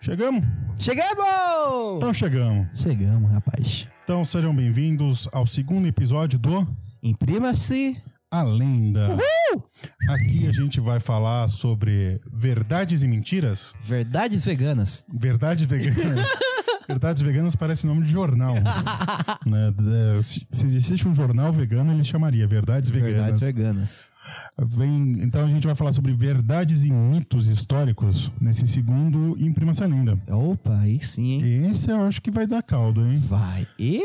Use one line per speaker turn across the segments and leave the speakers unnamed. Chegamos?
Chegamos!
Então chegamos.
Chegamos, rapaz.
Então sejam bem-vindos ao segundo episódio do
Imprima-se. Uh!
A Lenda. Aqui a gente vai falar sobre verdades e mentiras.
Verdades veganas.
Verdades veganas. Verdades veganas parece nome de jornal. né? De- Se se existisse um jornal vegano, ele chamaria Verdades Veganas.
Verdades veganas.
Vem, então a gente vai falar sobre verdades e mitos históricos nesse segundo Imprima-se a Lenda.
Opa, aí sim, hein?
Esse eu acho que vai dar caldo, hein?
Vai. E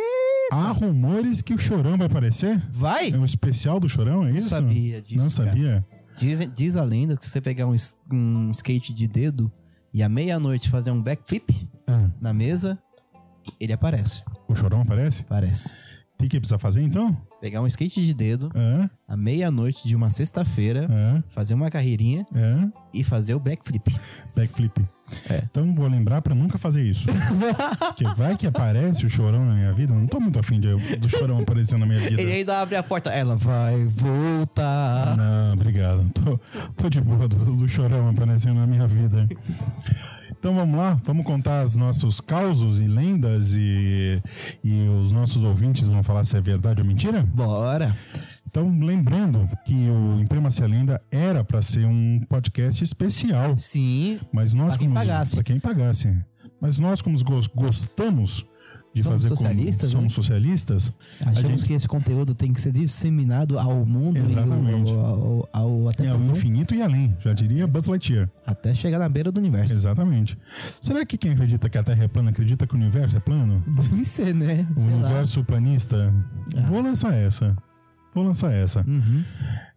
Há rumores que o Chorão vai aparecer?
vai!
É um especial do Chorão, é isso?
sabia disso,
Não
cara.
sabia?
Diz, diz a lenda que se você pegar um, s- um skate de dedo e à meia-noite fazer um backflip
Ah,
na mesa, ele aparece.
o Chorão aparece?
Parece.
O que, que precisa fazer então?
Pegar um skate de dedo
Ah,
à meia-noite de uma sexta-feira,
ah,
fazer uma carreirinha
ah.
e fazer o backflip.
Backflip.
É.
Então vou lembrar pra nunca fazer isso. Porque vai que aparece o chorão na minha vida. Eu não tô muito afim de, do chorão aparecendo na minha vida.
Ele é ainda abre a porta. Ela vai voltar.
Não, obrigado. Tô, tô de boa do, do chorão aparecendo na minha vida. Então vamos lá, vamos contar os nossos causos e lendas e, e os nossos ouvintes vão falar se é verdade ou mentira?
Bora.
Então lembrando que o Imprema-se a Lenda era pra ser um podcast especial.
Sim.
Mas nós
Pra quem
como
pagasse.
pra quem pagasse. Mas nós como gos- gostamos de
Somos
fazer
socialistas, né?
como somos socialistas, a
Achamos
gente
que esse conteúdo tem que ser disseminado ao mundo e
Exatamente.
ao, ao- ao- até,
é ao infinito e além, já diria Buzz Lightyear.
até chegar na beira do universo.
Exatamente. Será que quem acredita que a Terra é plana acredita que o universo é plano?
Deve ser, né?
O
Sei lá. Ah.
universo planista? Vou lançar essa. Vou lançar essa.
Uhum.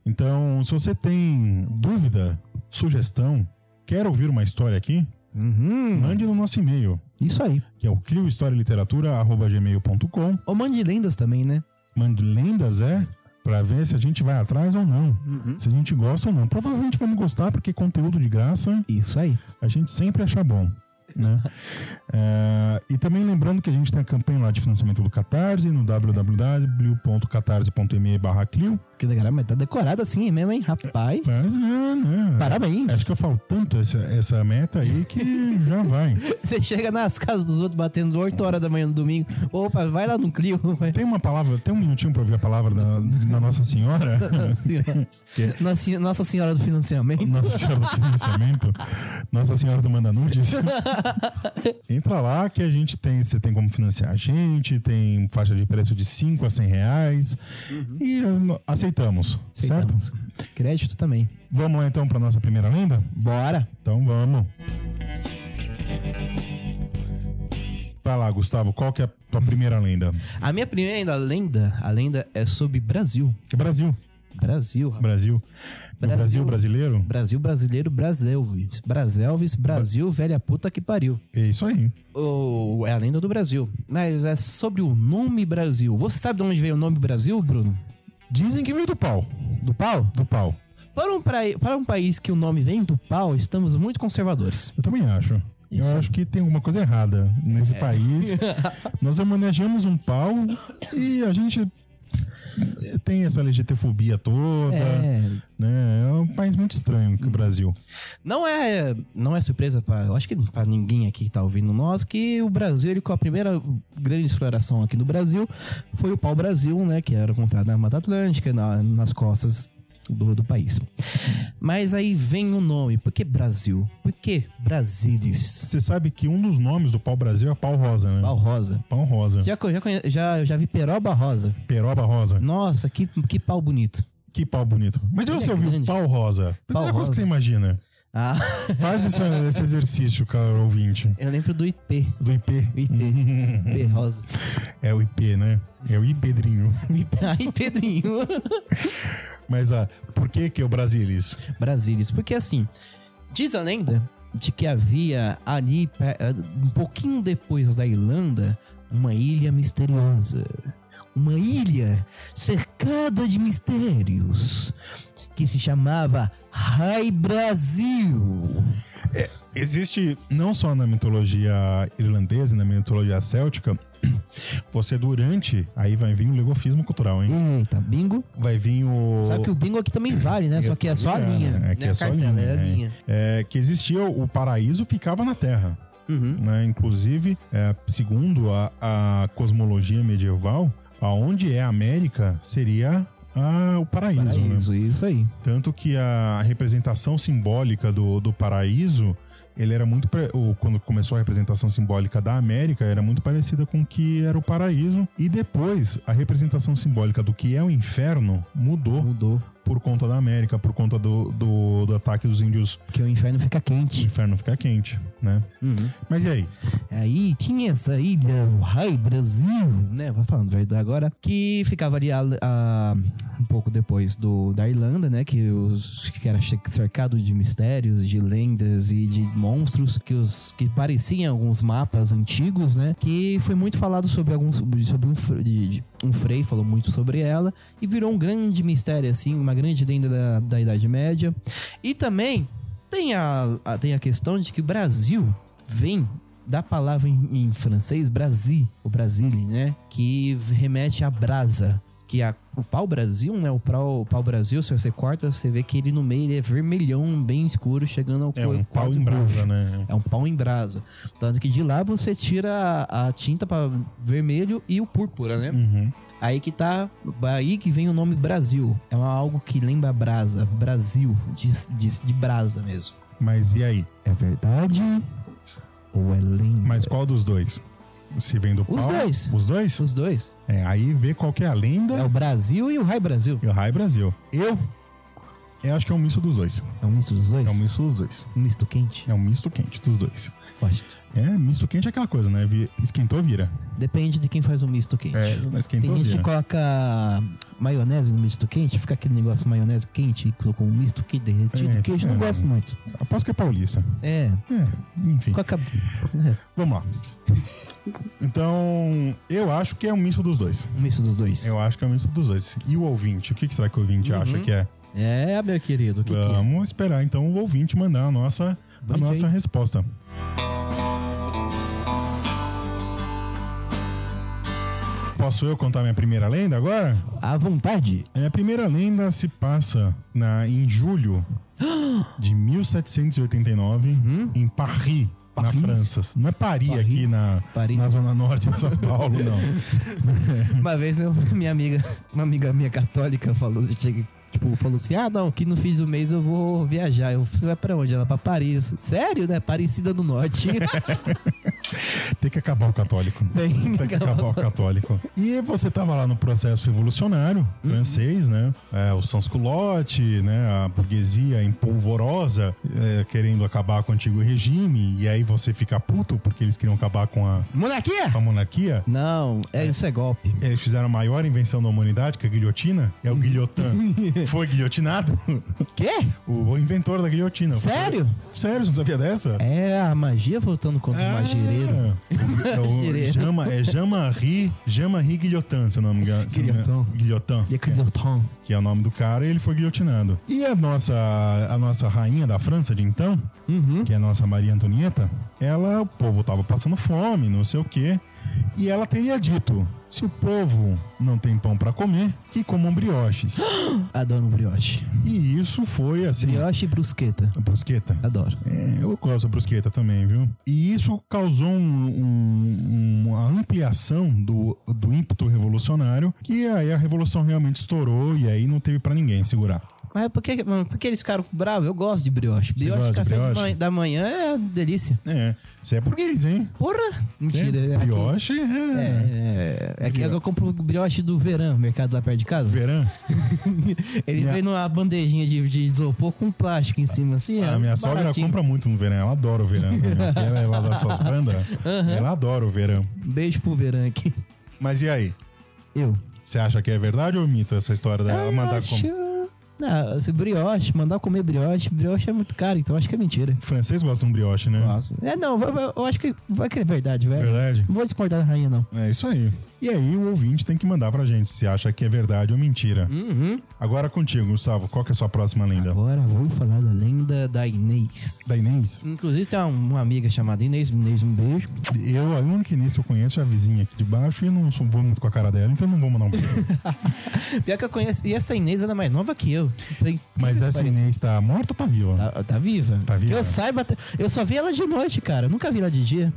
Então, se você tem dúvida, sugestão, quer ouvir uma história aqui,
Uhum.
mande no nosso e-mail,
Isso aí.
que é o cliohistorialiteratura.gmail.com
Ou mande lendas também, né?
mande lendas é pra ver se a gente vai atrás ou não. Se a gente gosta ou não. Provavelmente vamos gostar, porque conteúdo de graça
Isso aí.
a gente sempre acha bom. Né? É, e também lembrando que a gente tem a campanha lá de financiamento do Catarse no www.catarse.me barra Clio.
Que legal, mas tá decorado assim mesmo, hein, rapaz?
Mas, é, né?
Parabéns.
Acho que eu falo tanto essa, essa meta aí que já vai.
Você chega nas casas dos outros batendo 8 horas da manhã no domingo. Opa, vai lá no Clio. Vai.
Tem uma palavra, tem um minutinho pra ouvir a palavra da, da Nossa Senhora?
Assim, ó. Nossa Senhora- Nossa Senhora do Financiamento.
Nossa Senhora do Financiamento, Nossa Senhora do Manda Nudes. Entra lá que a gente tem, você tem como financiar a gente, tem faixa de preço de 5 a 100 reais e eh, no- aceitamos, certo?
Uhum. Aceitamos. Crédito também.
Vamos lá então para nossa primeira lenda?
Bora.
Então vamos. Vai lá, Gustavo, qual que é a tua primeira lenda?
A minha primeira lenda, a lenda é sobre Brasil.
É Brasil,
Brasil, rapaz.
Brasil. O
Brasil.
Brasil brasileiro?
Brasil brasileiro, Braselvis. Braselvis, Brasil, velha puta que pariu.
É isso aí.
Ou é a lenda do Brasil. Mas é sobre o nome Brasil. Você sabe de onde veio o nome Brasil, Bruno?
Dizem que veio do pau.
Do pau?
Do pau.
Para um, pra- para um país que o nome vem do pau, estamos muito conservadores.
Eu também acho.
é
Eu acho que tem alguma coisa errada nesse país. Nós homenageamos um pau e a gente tem essa LGTfobia toda.
É.
Né? é um país muito estranho que o Brasil.
Não é, não é surpresa para, eu acho que para ninguém aqui que tá ouvindo nós que o Brasil, ele com a primeira grande exploração aqui no Brasil, foi o pau-brasil, né, que era encontrado na Mata Atlântica, na- nas costas do, do país. Mas aí vem o nome, por que Brasil? Por que Brasilis?
Você sabe que um dos nomes do pau Brasil é pau rosa, né?
Pau rosa.
Pau rosa.
Já, co- já, conhe- já, já vi peroba rosa.
Peroba rosa.
Nossa, que, que pau bonito.
Que pau bonito. Mas já
Ele
você
é
ouviu
grande.
pau rosa? Primeira
Pau
coisa que
rosa.
você imagina.
Ah,
Faz esse, esse exercício, cara ouvinte.
eu lembro do IP.
Do IP.
O IP. IP rosa.
É o IP, né? É o IPedrinho.
Ai, Pedrinho.
Mas ah, por que que é o Brasilis?
Brasílias. Porque assim, diz a lenda de que havia ali, pe- um pouquinho depois da Irlanda, uma ilha misteriosa. uma ilha cercada de mistérios que se chamava Rai Brasil.
Existe, não só na mitologia irlandesa, na mitologia céltica, você durante. Aí vai vir o legofismo cultural, hein?
Eita, bingo.
Vai vir o.
Sabe que o bingo aqui também vale, né? Só que é só a linha.
É, que
Não
é só a
cartela,
linha.
é a
né?
linha.
É, que existia o paraíso, ficava na terra.
Uhum.
né? Inclusive, é, segundo a, a cosmologia medieval, aonde é a América seria a- o paraíso. né?
Paraíso, isso aí.
Tanto que a representação simbólica do, do paraíso, ele era muito. pre- o- Quando começou a representação simbólica da América, era muito parecida com o que era o paraíso. E depois, a representação simbólica do que é o inferno mudou
Mudou.
por conta da América, por conta do, do, do ataque dos índios.
Porque o inferno fica
O
quente.
inferno ficar quente, né?
Uhum.
Mas e aí?
Aí tinha essa ilha, o Rai Brasil, né? Vai falando verdade agora. Que ficava ali a- a- um pouco depois do, da Irlanda, né? Que, os, que era che- cercado de mistérios, de lendas e de monstros. Que, os, que pareciam alguns mapas antigos, né? Que foi muito falado sobre alguns. Sobre um, fre- de- de- um frei falou muito sobre ela. E virou um grande mistério, assim, uma grande lenda da, da Idade Média. E também tem a, a- tem a questão de que o Brasil vem da palavra em, em francês Brasil, o Brasile, né? Que remete à brasa. Que a, o pau-brasil, né? O pau- o pau-brasil, se você corta, você vê que ele no meio ele é vermelhão, bem escuro, chegando ao
É
cor-
um pau
quase
em brasa,
roxo.
né?
É um pau em brasa. Tanto que de lá você tira a, a tinta para vermelho e o púrpura, né?
Uhum.
Aí que tá. Aí que vem o nome Brasil. É uma- algo que lembra brasa. Brasil. De, de, de brasa mesmo.
Mas e aí?
É verdade? Ou é lenda?
Mas qual dos dois? Se vem do pau?
Os dois.
Os dois?
Os dois.
É, aí vê qual que é a lenda
É o Brasil e o Rai Brasil.
e o Rai Brasil. Eu? Eu acho que é um misto dos dois.
É um misto dos dois?
É um misto dos dois.
Um misto quente?
É um misto quente dos dois.
Gosto.
É, misto quente é aquela coisa, né? Vi- Esquentou, vira.
Depende de quem faz o misto quente.
É, esquentou,
Tem gente que
vira.
coloca maionese no misto quente, fica aquele negócio maionese quente e colocou um misto que derretido.
É,
queijo, não
é.
gosto muito.
Aposto que é paulista.
É,
É, enfim.
coloca. É,
Vamos lá. Então, eu acho que é um misto dos dois.
um misto dos dois.
Eu acho que é um misto dos dois. E o ouvinte? O que que será que o ouvinte acha que é?
É, meu querido, o Uhum. que, que é?
Vamos esperar então o ouvinte mandar a nossa, a
Brinque
nossa
aí.
resposta. Posso eu contar minha primeira lenda agora?
À vontade.
É, A minha primeira lenda se passa na, em julho de 1789 em Paris,
Hum? Paris?
na França. Não é Paris,
Paris?
aqui na,
Paris.
na zona norte de São Paulo, não.
Uma vez eu- minha amiga, uma amiga minha católica falou, chega- tipo, falou assim: "Ah, não, que no fim do mês eu vou viajar". Eu, você vai pra onde? Ela pra Paris. Sério, né? Parecida do Norte.
Tem que acabar o católico.
Tem
Tem que acabar o católico. E você tava lá no processo revolucionário
Uhum.
francês, né? É, o sans-culotte, né? A burguesia em polvorosa, é, querendo acabar com o antigo regime. E aí você fica puto porque eles queriam acabar com a,
Monarquia?
com a monarquia.
Não, é isso é golpe.
Eles fizeram a maior invenção da humanidade, que é a guilhotina. É o guilhotin. Foi guilhotinado.
Quê?
O inventor da guilhotina.
Sério?
Sério? Você não sabia dessa?
É a magia voltando contra o magireiro.
É o
Gireiro.
Jama, é Jean-Marie Jean-Marie Guillotin, se eu não me engano. se eu não me engano. Guillotin.
E aquele tom.
Que é o nome do cara e ele foi guilhotinado. E a nossa, a nossa rainha da França de então, que é a nossa Maria Antonieta, ela, o povo tava passando fome, não sei o quê. E ela teria dito: se o povo não tem pão pra comer, que comam brioches.
Adoro um brioche.
e isso foi assim.
Brioche e brusqueta.
Brusqueta?
Adoro.
É, eu gosto da brusqueta também, viu? E isso causou um- um- uma ampliação do, do ímpeto revolucionário, que aí a revolução realmente estourou e aí não teve pra ninguém segurar.
Mas por que, mas por que eles ficaram bravos? Eu gosto de brioche. Brioche
gosta de
café de
brioche?
manhã- da manhã é delícia.
É, você é burguês, hein?
Porra! Mentira.
É,
aqui-
brioche é.
É, é que eu compro o brioche do Verão, mercado lá perto de casa.
Verão.
Ele
Minha-
vem numa bandejinha de, de isopor com plástico em cima, assim. é
A minha sogra
baratinho.
compra muito no verão, ela adora o verão. também. Porque Ela é lá das suas bandas, ela adora o verão.
Beijo pro Verão aqui.
Mas e aí?
Eu.
Você acha que é verdade ou mito essa história dela mandar
Ah, acho...
como?
Não, esse Ah, brioche, mandar comer brioche, brioche é muito caro, então acho que é mentira.
Francês gosta de um brioche, né?
É, não, eu, eu- eu acho que vai que é verdade, velho.
Verdade?
Não vou discordar da rainha, não.
É isso aí. E aí o ouvinte tem que mandar pra gente se acha que é verdade ou mentira.
Uhum.
Agora contigo, Gustavo, qual que é a sua próxima lenda?
Agora vamos falar da lenda da Inês.
Da Inês?
Inclusive tem uma amiga chamada Inês, Inês um beijo.
Eu, a única Inês que eu conheço é a vizinha aqui de baixo e eu não sou, vou muito com a cara dela, então não vou mandar um beijo.
Pior que eu conheço, e essa Inês ela é mais nova que eu. Tem-
Mas essa
parece-
Inês tá morta ou tá viva?
Tá, tá viva?
Tá viva.
Que eu saiba, até- eu só vi ela de noite, cara, eu nunca vi ela de dia.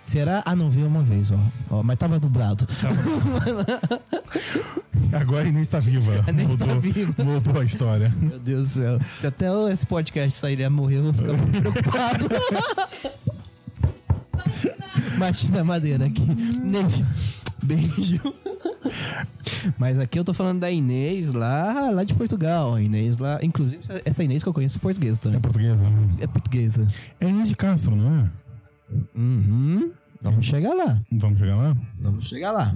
Será? Ah, não, veio uma vez, ó. ó mas tava dublado.
Agora a Inês tá viva.
A Inês tá
mudou,
viva.
mudou a história.
Meu Deus do céu. Se até esse podcast sair e ela morrer, eu vou ficar muito preocupado. Mate da madeira aqui. Neve. Beijo. Mas aqui eu tô falando da Inês lá, lá de Portugal. A Inês lá. Inclusive, essa Inês que eu conheço é portuguesa
É
também.
portuguesa?
É portuguesa.
É Inês de Castro, não é?
Uhum. Vamos chegar lá.
Vamos chegar lá?
Vamos chegar lá.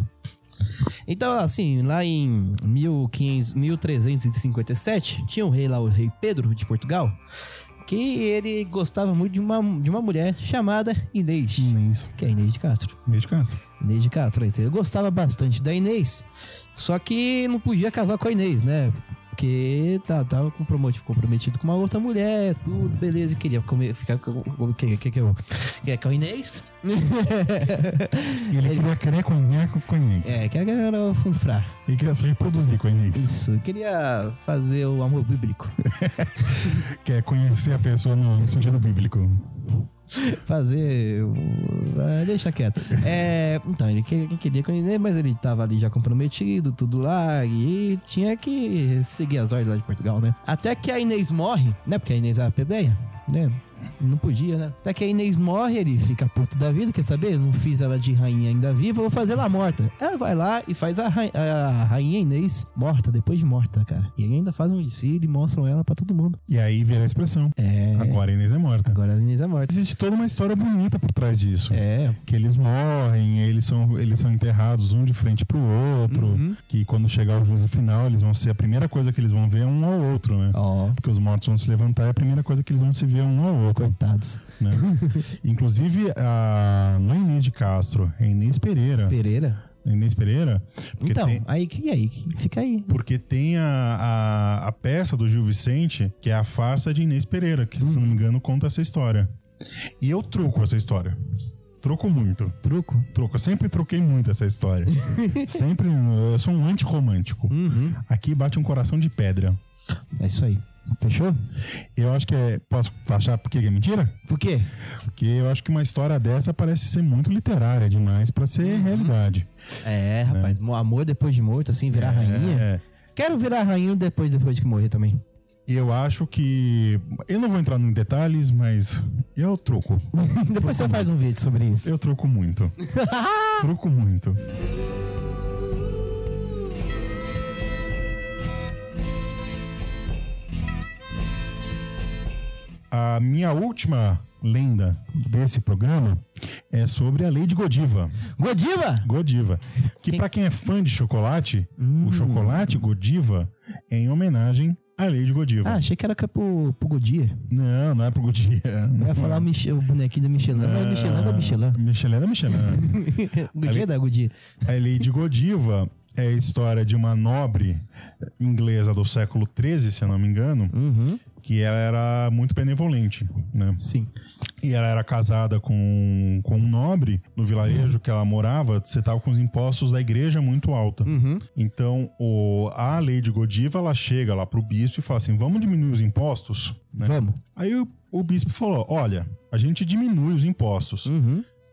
Então, assim, lá em 1500 1357, tinha um rei lá, o rei Pedro de Portugal, que ele gostava muito de uma, de uma mulher chamada Inês,
Inês.
que é a Inês de Castro.
Inês de Castro.
Inês de Castro, ele gostava bastante da Inês, só que não podia casar com a Inês, né? Porque tá- tava comprometido, comprometido com uma outra mulher, tudo, beleza, e queria comer- ficar com, com, que, que, que, eu- que, com a Inês.
E ele, queria querer com, né, com a Inês.
É, que era funfrar.
Ele queria se reproduzir com a Inês.
Isso, eu queria fazer o amor bíblico.
Quer conhecer a pessoa no sentido bíblico.
fazer. o- Ah, deixa quieto. É, então, ele que- que queria com ele, mas ele tava ali já comprometido, tudo lá, e tinha que seguir as ordens lá de Portugal, né? Até que a Inês morre, né? Porque a Inês era plebeia, né? Não podia, né? Até que a Inês morre, ele fica puto da vida, quer saber? Eu Não fiz ela de rainha ainda viva, eu vou fazer ela morta. Ela vai lá e faz a, rai- a rainha Inês morta, depois de morta, cara. E ainda faz um desfile e mostram ela pra todo mundo.
E aí vira a expressão.
É.
Agora a Inês é morta.
Agora a Inês é morta.
Existe toda uma história bonita por trás disso.
É,
Que eles morrem, eles são, eles são enterrados um de frente pro outro.
Uhum.
Que quando chegar o juízo final, eles vão ser a primeira coisa que eles vão ver é um ao outro, né?
ó.
Porque os mortos vão se levantar e a primeira coisa que eles vão se ver é um ao outro.
Coitados.
Né? Inclusive, a, não é Inês de Castro, é Inês Pereira.
Pereira?
Inês Pereira. Porque
então,
tem-
aí que aí? que- Fica aí.
Porque tem a, a, a peça do Gil Vicente, que é a farsa de Inês Pereira, que, se não me engano, conta essa história. E eu troco essa história. Troco muito.
Truco?
Troco. Eu sempre troquei muito essa história. sempre. Eu sou um antirromântico. Aqui bate um coração de pedra.
É isso aí. Fechou?
Eu acho que é. Posso achar por que que é mentira?
Por quê?
Porque eu acho que uma história dessa parece ser muito literária demais pra ser realidade.
É, rapaz. mo- Amor depois de morto, assim, virar rainha.
É.
Quero virar rainha depois, depois de que morrer também.
Eu acho que. Eu não vou entrar em detalhes, mas eu troco.
depois você faz um vídeo sobre isso.
Eu troco muito. troco muito. A minha última lenda desse programa é sobre a lei de Godiva.
Godiva!
Godiva, que pra quem é fã de chocolate, o chocolate Godiva é em homenagem à lei de Godiva.
Ah, achei que era que é pro, pro Godia.
Não, não é pro Godiva.
Eu ia falar o, Michel, o bonequinho da Michelin, mas Michelin é da Michelin.
Michelin é Michelin.
Godia é da Godia.
A Lady Godiva é a história de uma nobre inglesa do século XIII, se eu não me engano, que ela era muito benevolente, né?
Sim.
E ela era casada com, com um nobre no vilarejo que ela morava, você tava com os impostos da igreja muito alta. Então, o, a Lady Godiva, ela chega lá pro bispo e fala assim, vamos diminuir os impostos? né?
Vamos.
Aí o, o bispo falou: olha, a gente diminui os impostos.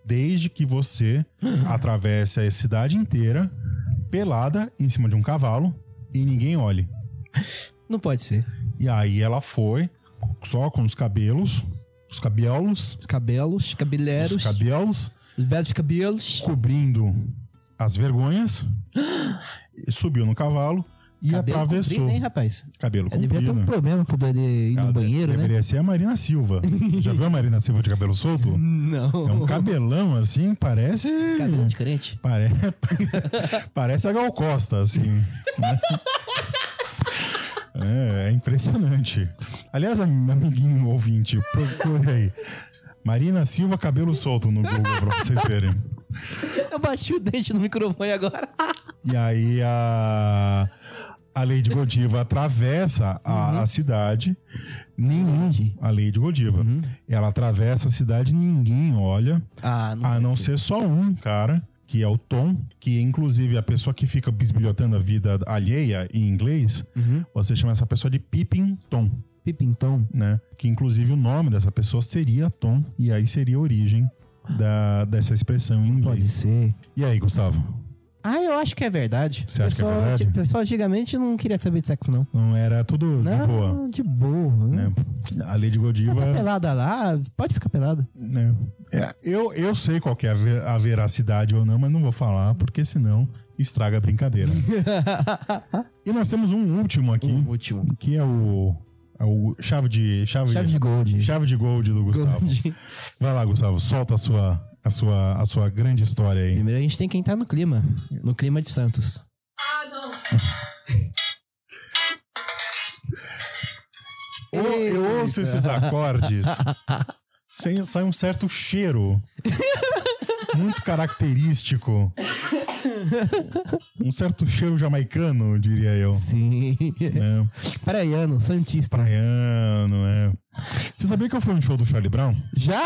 Desde que você atravesse a cidade inteira, pelada, em cima de um cavalo, e ninguém olhe.
Não pode ser.
E aí ela foi, só com os cabelos, os cabelos,
Os cabelos, cabeleiros,
os
os,
cabelos,
belos cabelos.
cobrindo as vergonhas, e subiu no cavalo e
Cabelo
atravessou.
comprido, hein, rapaz?
Cabelo
Ela devia ter um
comprido.
problema com poder ir
Ela
no banheiro, né?
deveria ser a Marina Silva. Já viu a Marina Silva de cabelo solto? É
Não.
um cabelão assim, parece.
Cabelo de crente?
Pare... parece a Gal Costa, assim. né? é, é impressionante. Aliás, am- amiguinho ouvinte, procure aí. Marina Silva, cabelo solto no Google pra vocês verem.
Eu bati o dente no microfone agora.
E aí a, a Lady Godiva atravessa a, a cidade. Nenhum. A Lady Godiva. Ela atravessa a cidade, ninguém olha.
Ah, não.
A
pode
não ser só um cara, que é o Tom, que inclusive a pessoa que fica bisbilhotando a vida alheia em inglês, você chama essa pessoa de Pippin Tom,
Pipintão.
né? Que inclusive o nome dessa pessoa seria Tom, e aí seria a origem da, dessa expressão em
Pode
inglês.
ser.
E aí, Gustavo?
Ah, eu acho que é verdade.
Você acha que é
Pessoal-
verdade?
O pessoal antigamente não queria saber de sexo, não.
Não era tudo de
não,
boa.
de boa.
Né? A Lady Godiva.
Tá pelada lá, pode ficar pelada.
né? É, eu, eu sei qual que é a ver- a veracidade ou não, mas não vou falar, porque senão estraga a brincadeira. e nós temos um último aqui.
último.
que é o, é o chave de chave,
Chave de gold.
chave de gold do Gustavo.
Gold.
Vai lá, Gustavo, solta a sua a sua a sua grande história aí.
Primeiro a gente tem que entrar no clima. No clima de Santos.
Eu, eu ouço esses acordes. sem- sai um certo cheiro. Muito característico. Um certo cheiro jamaicano, diria eu.
Sim.
Né?
Praiano, Santista.
Praiano, é. Você sabia que eu fui no show do Charlie Brown?
Já?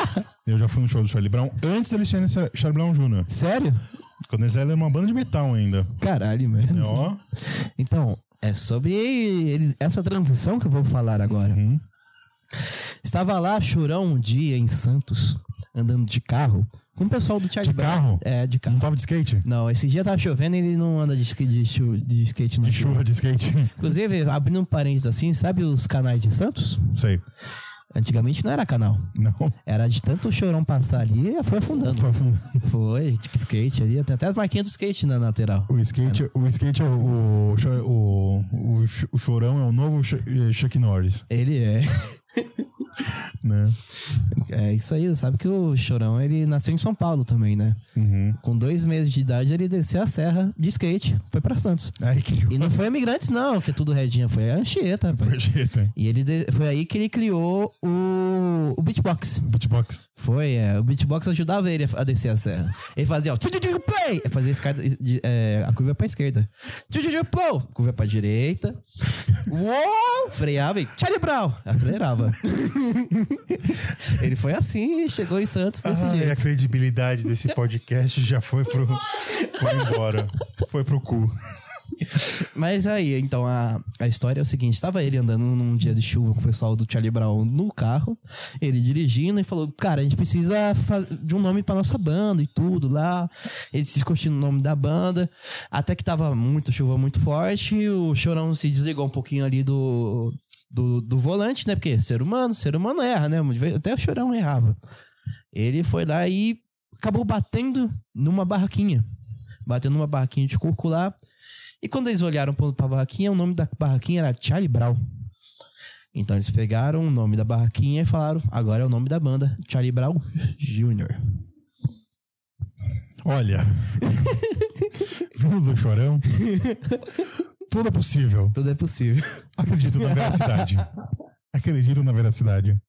Eu já fui no show do Charlie Brown antes deles serem Charlie Brown Jr.
Sério?
Quando eles eram uma banda de metal ainda.
Caralho, mano.
Ó,
Então, é sobre ele- essa transição que eu vou falar agora.
Uhum.
Estava lá, chorão, um dia em Santos, andando de carro, com o pessoal do
De
Charlie Brown.
carro? Então-
É, de
não
carro.
tava de skate?
Não, esse dia tava chovendo e ele não anda de, sk- de, chu- de skate na
De
chuva.
chuva de skate?
Inclusive, abrindo um parênteses assim, sabe os canais de Santos?
Não sei.
Antigamente não era canal.
Não.
Era de tanto chorão passar ali, foi afundando.
Tô afundando.
Foi, de skate ali. Tem até as marquinhas do skate na lateral.
O skate, o skate é o, o, cho- o, o, cho- o chorão é o novo Ch- eh, Chuck Norris,
Ele é.
né?
É isso aí, sabe que o Chorão ele nasceu em São Paulo também, né? Com dois meses de idade, ele desceu a serra de skate, foi pra Santos.
Ai, que
E não foi imigrantes, não, que é tudo redinha, foi a Anchieta, rapaz.
jeito.
E ele de- foi aí que ele criou o, o beatbox.
Beatbox.
Foi, é. O beatbox ajudava ele a descer a serra. Ele fazia, ó, tchu-tchu-tchu, play! Ele fazia a, escada, de- é, a curva pra esquerda. Tchu-tchu-tchu, plow! Curva pra direita. Uou! Freava e Charlie Brown! Acelerava. ele foi assim, chegou em Santos desse
Ai, Ah, a
jeito.
credibilidade desse podcast já foi pro. Foi embora. Foi pro cu.
Mas aí, então, a, a história é o seguinte: estava ele andando num dia de chuva com o pessoal do Charlie Brown no carro, ele dirigindo e falou: Cara, a gente precisa fa- de um nome pra nossa banda e tudo lá. Ele se discutindo o nome da banda. Até que tava muito chuva muito forte, o chorão se desligou um pouquinho ali do, do, do volante, né? Porque ser humano, ser humano erra, né? De vez- Até o chorão errava. Ele foi lá e acabou batendo numa barraquinha. Bateu numa barraquinha de coco lá. E quando eles olharam pro- pra barraquinha, o nome da barraquinha era Charlie Brown. Então eles pegaram o nome da barraquinha e falaram: agora é o nome da banda, Charlie Brown Jr.
Olha. Viu do chorão? Tudo é possível.
Tudo é possível.
Acredito na veracidade. Acredito na veracidade.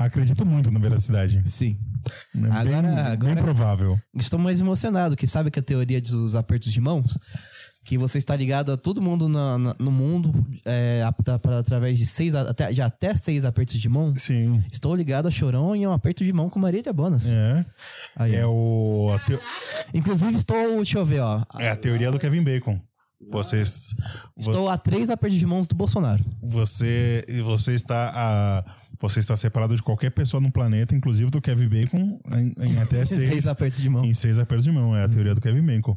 Acredito muito na veracidade.
Sim.
Né? Bem-
Agora-
bem,
agora-
provável.
Estou mais emocionado, que sabe que a teoria dos apertos de mãos, que você está ligado a todo mundo na- na- no mundo é, apta pra- através de seis a- até, de até seis apertos de mão.
Sim.
Estou ligado a Chorão e um aperto de mão com Marília Bonas.
É.
Aí,
É,
ó.
o, a teo-
Inclusive estou, deixa eu ver, ó.
é a teoria do Kevin Bacon. Vocês. vo-
Estou a três apertos de mãos do Bolsonaro.
Você, e você, está a, você está separado de qualquer pessoa no planeta, inclusive do Kevin Bacon, em, em até seis,
Seis apertos de mão.
em seis apertos de mão. É a teoria do Kevin Bacon.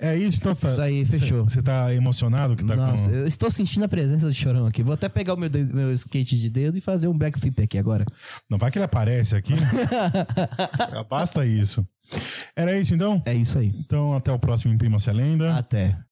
É isso, então tá-
Isso aí, fechou.
Você está emocionado que tá
Nossa,
com.
eu estou sentindo a presença do chorão aqui. Vou até pegar o meu, dedo- meu skate de dedo e fazer um black flip aqui agora.
Não vai que ele aparece aqui. Já Basta isso. Era isso então?
É isso aí.
Hum. Então, até o próximo Imprima-se a Lenda.
Até.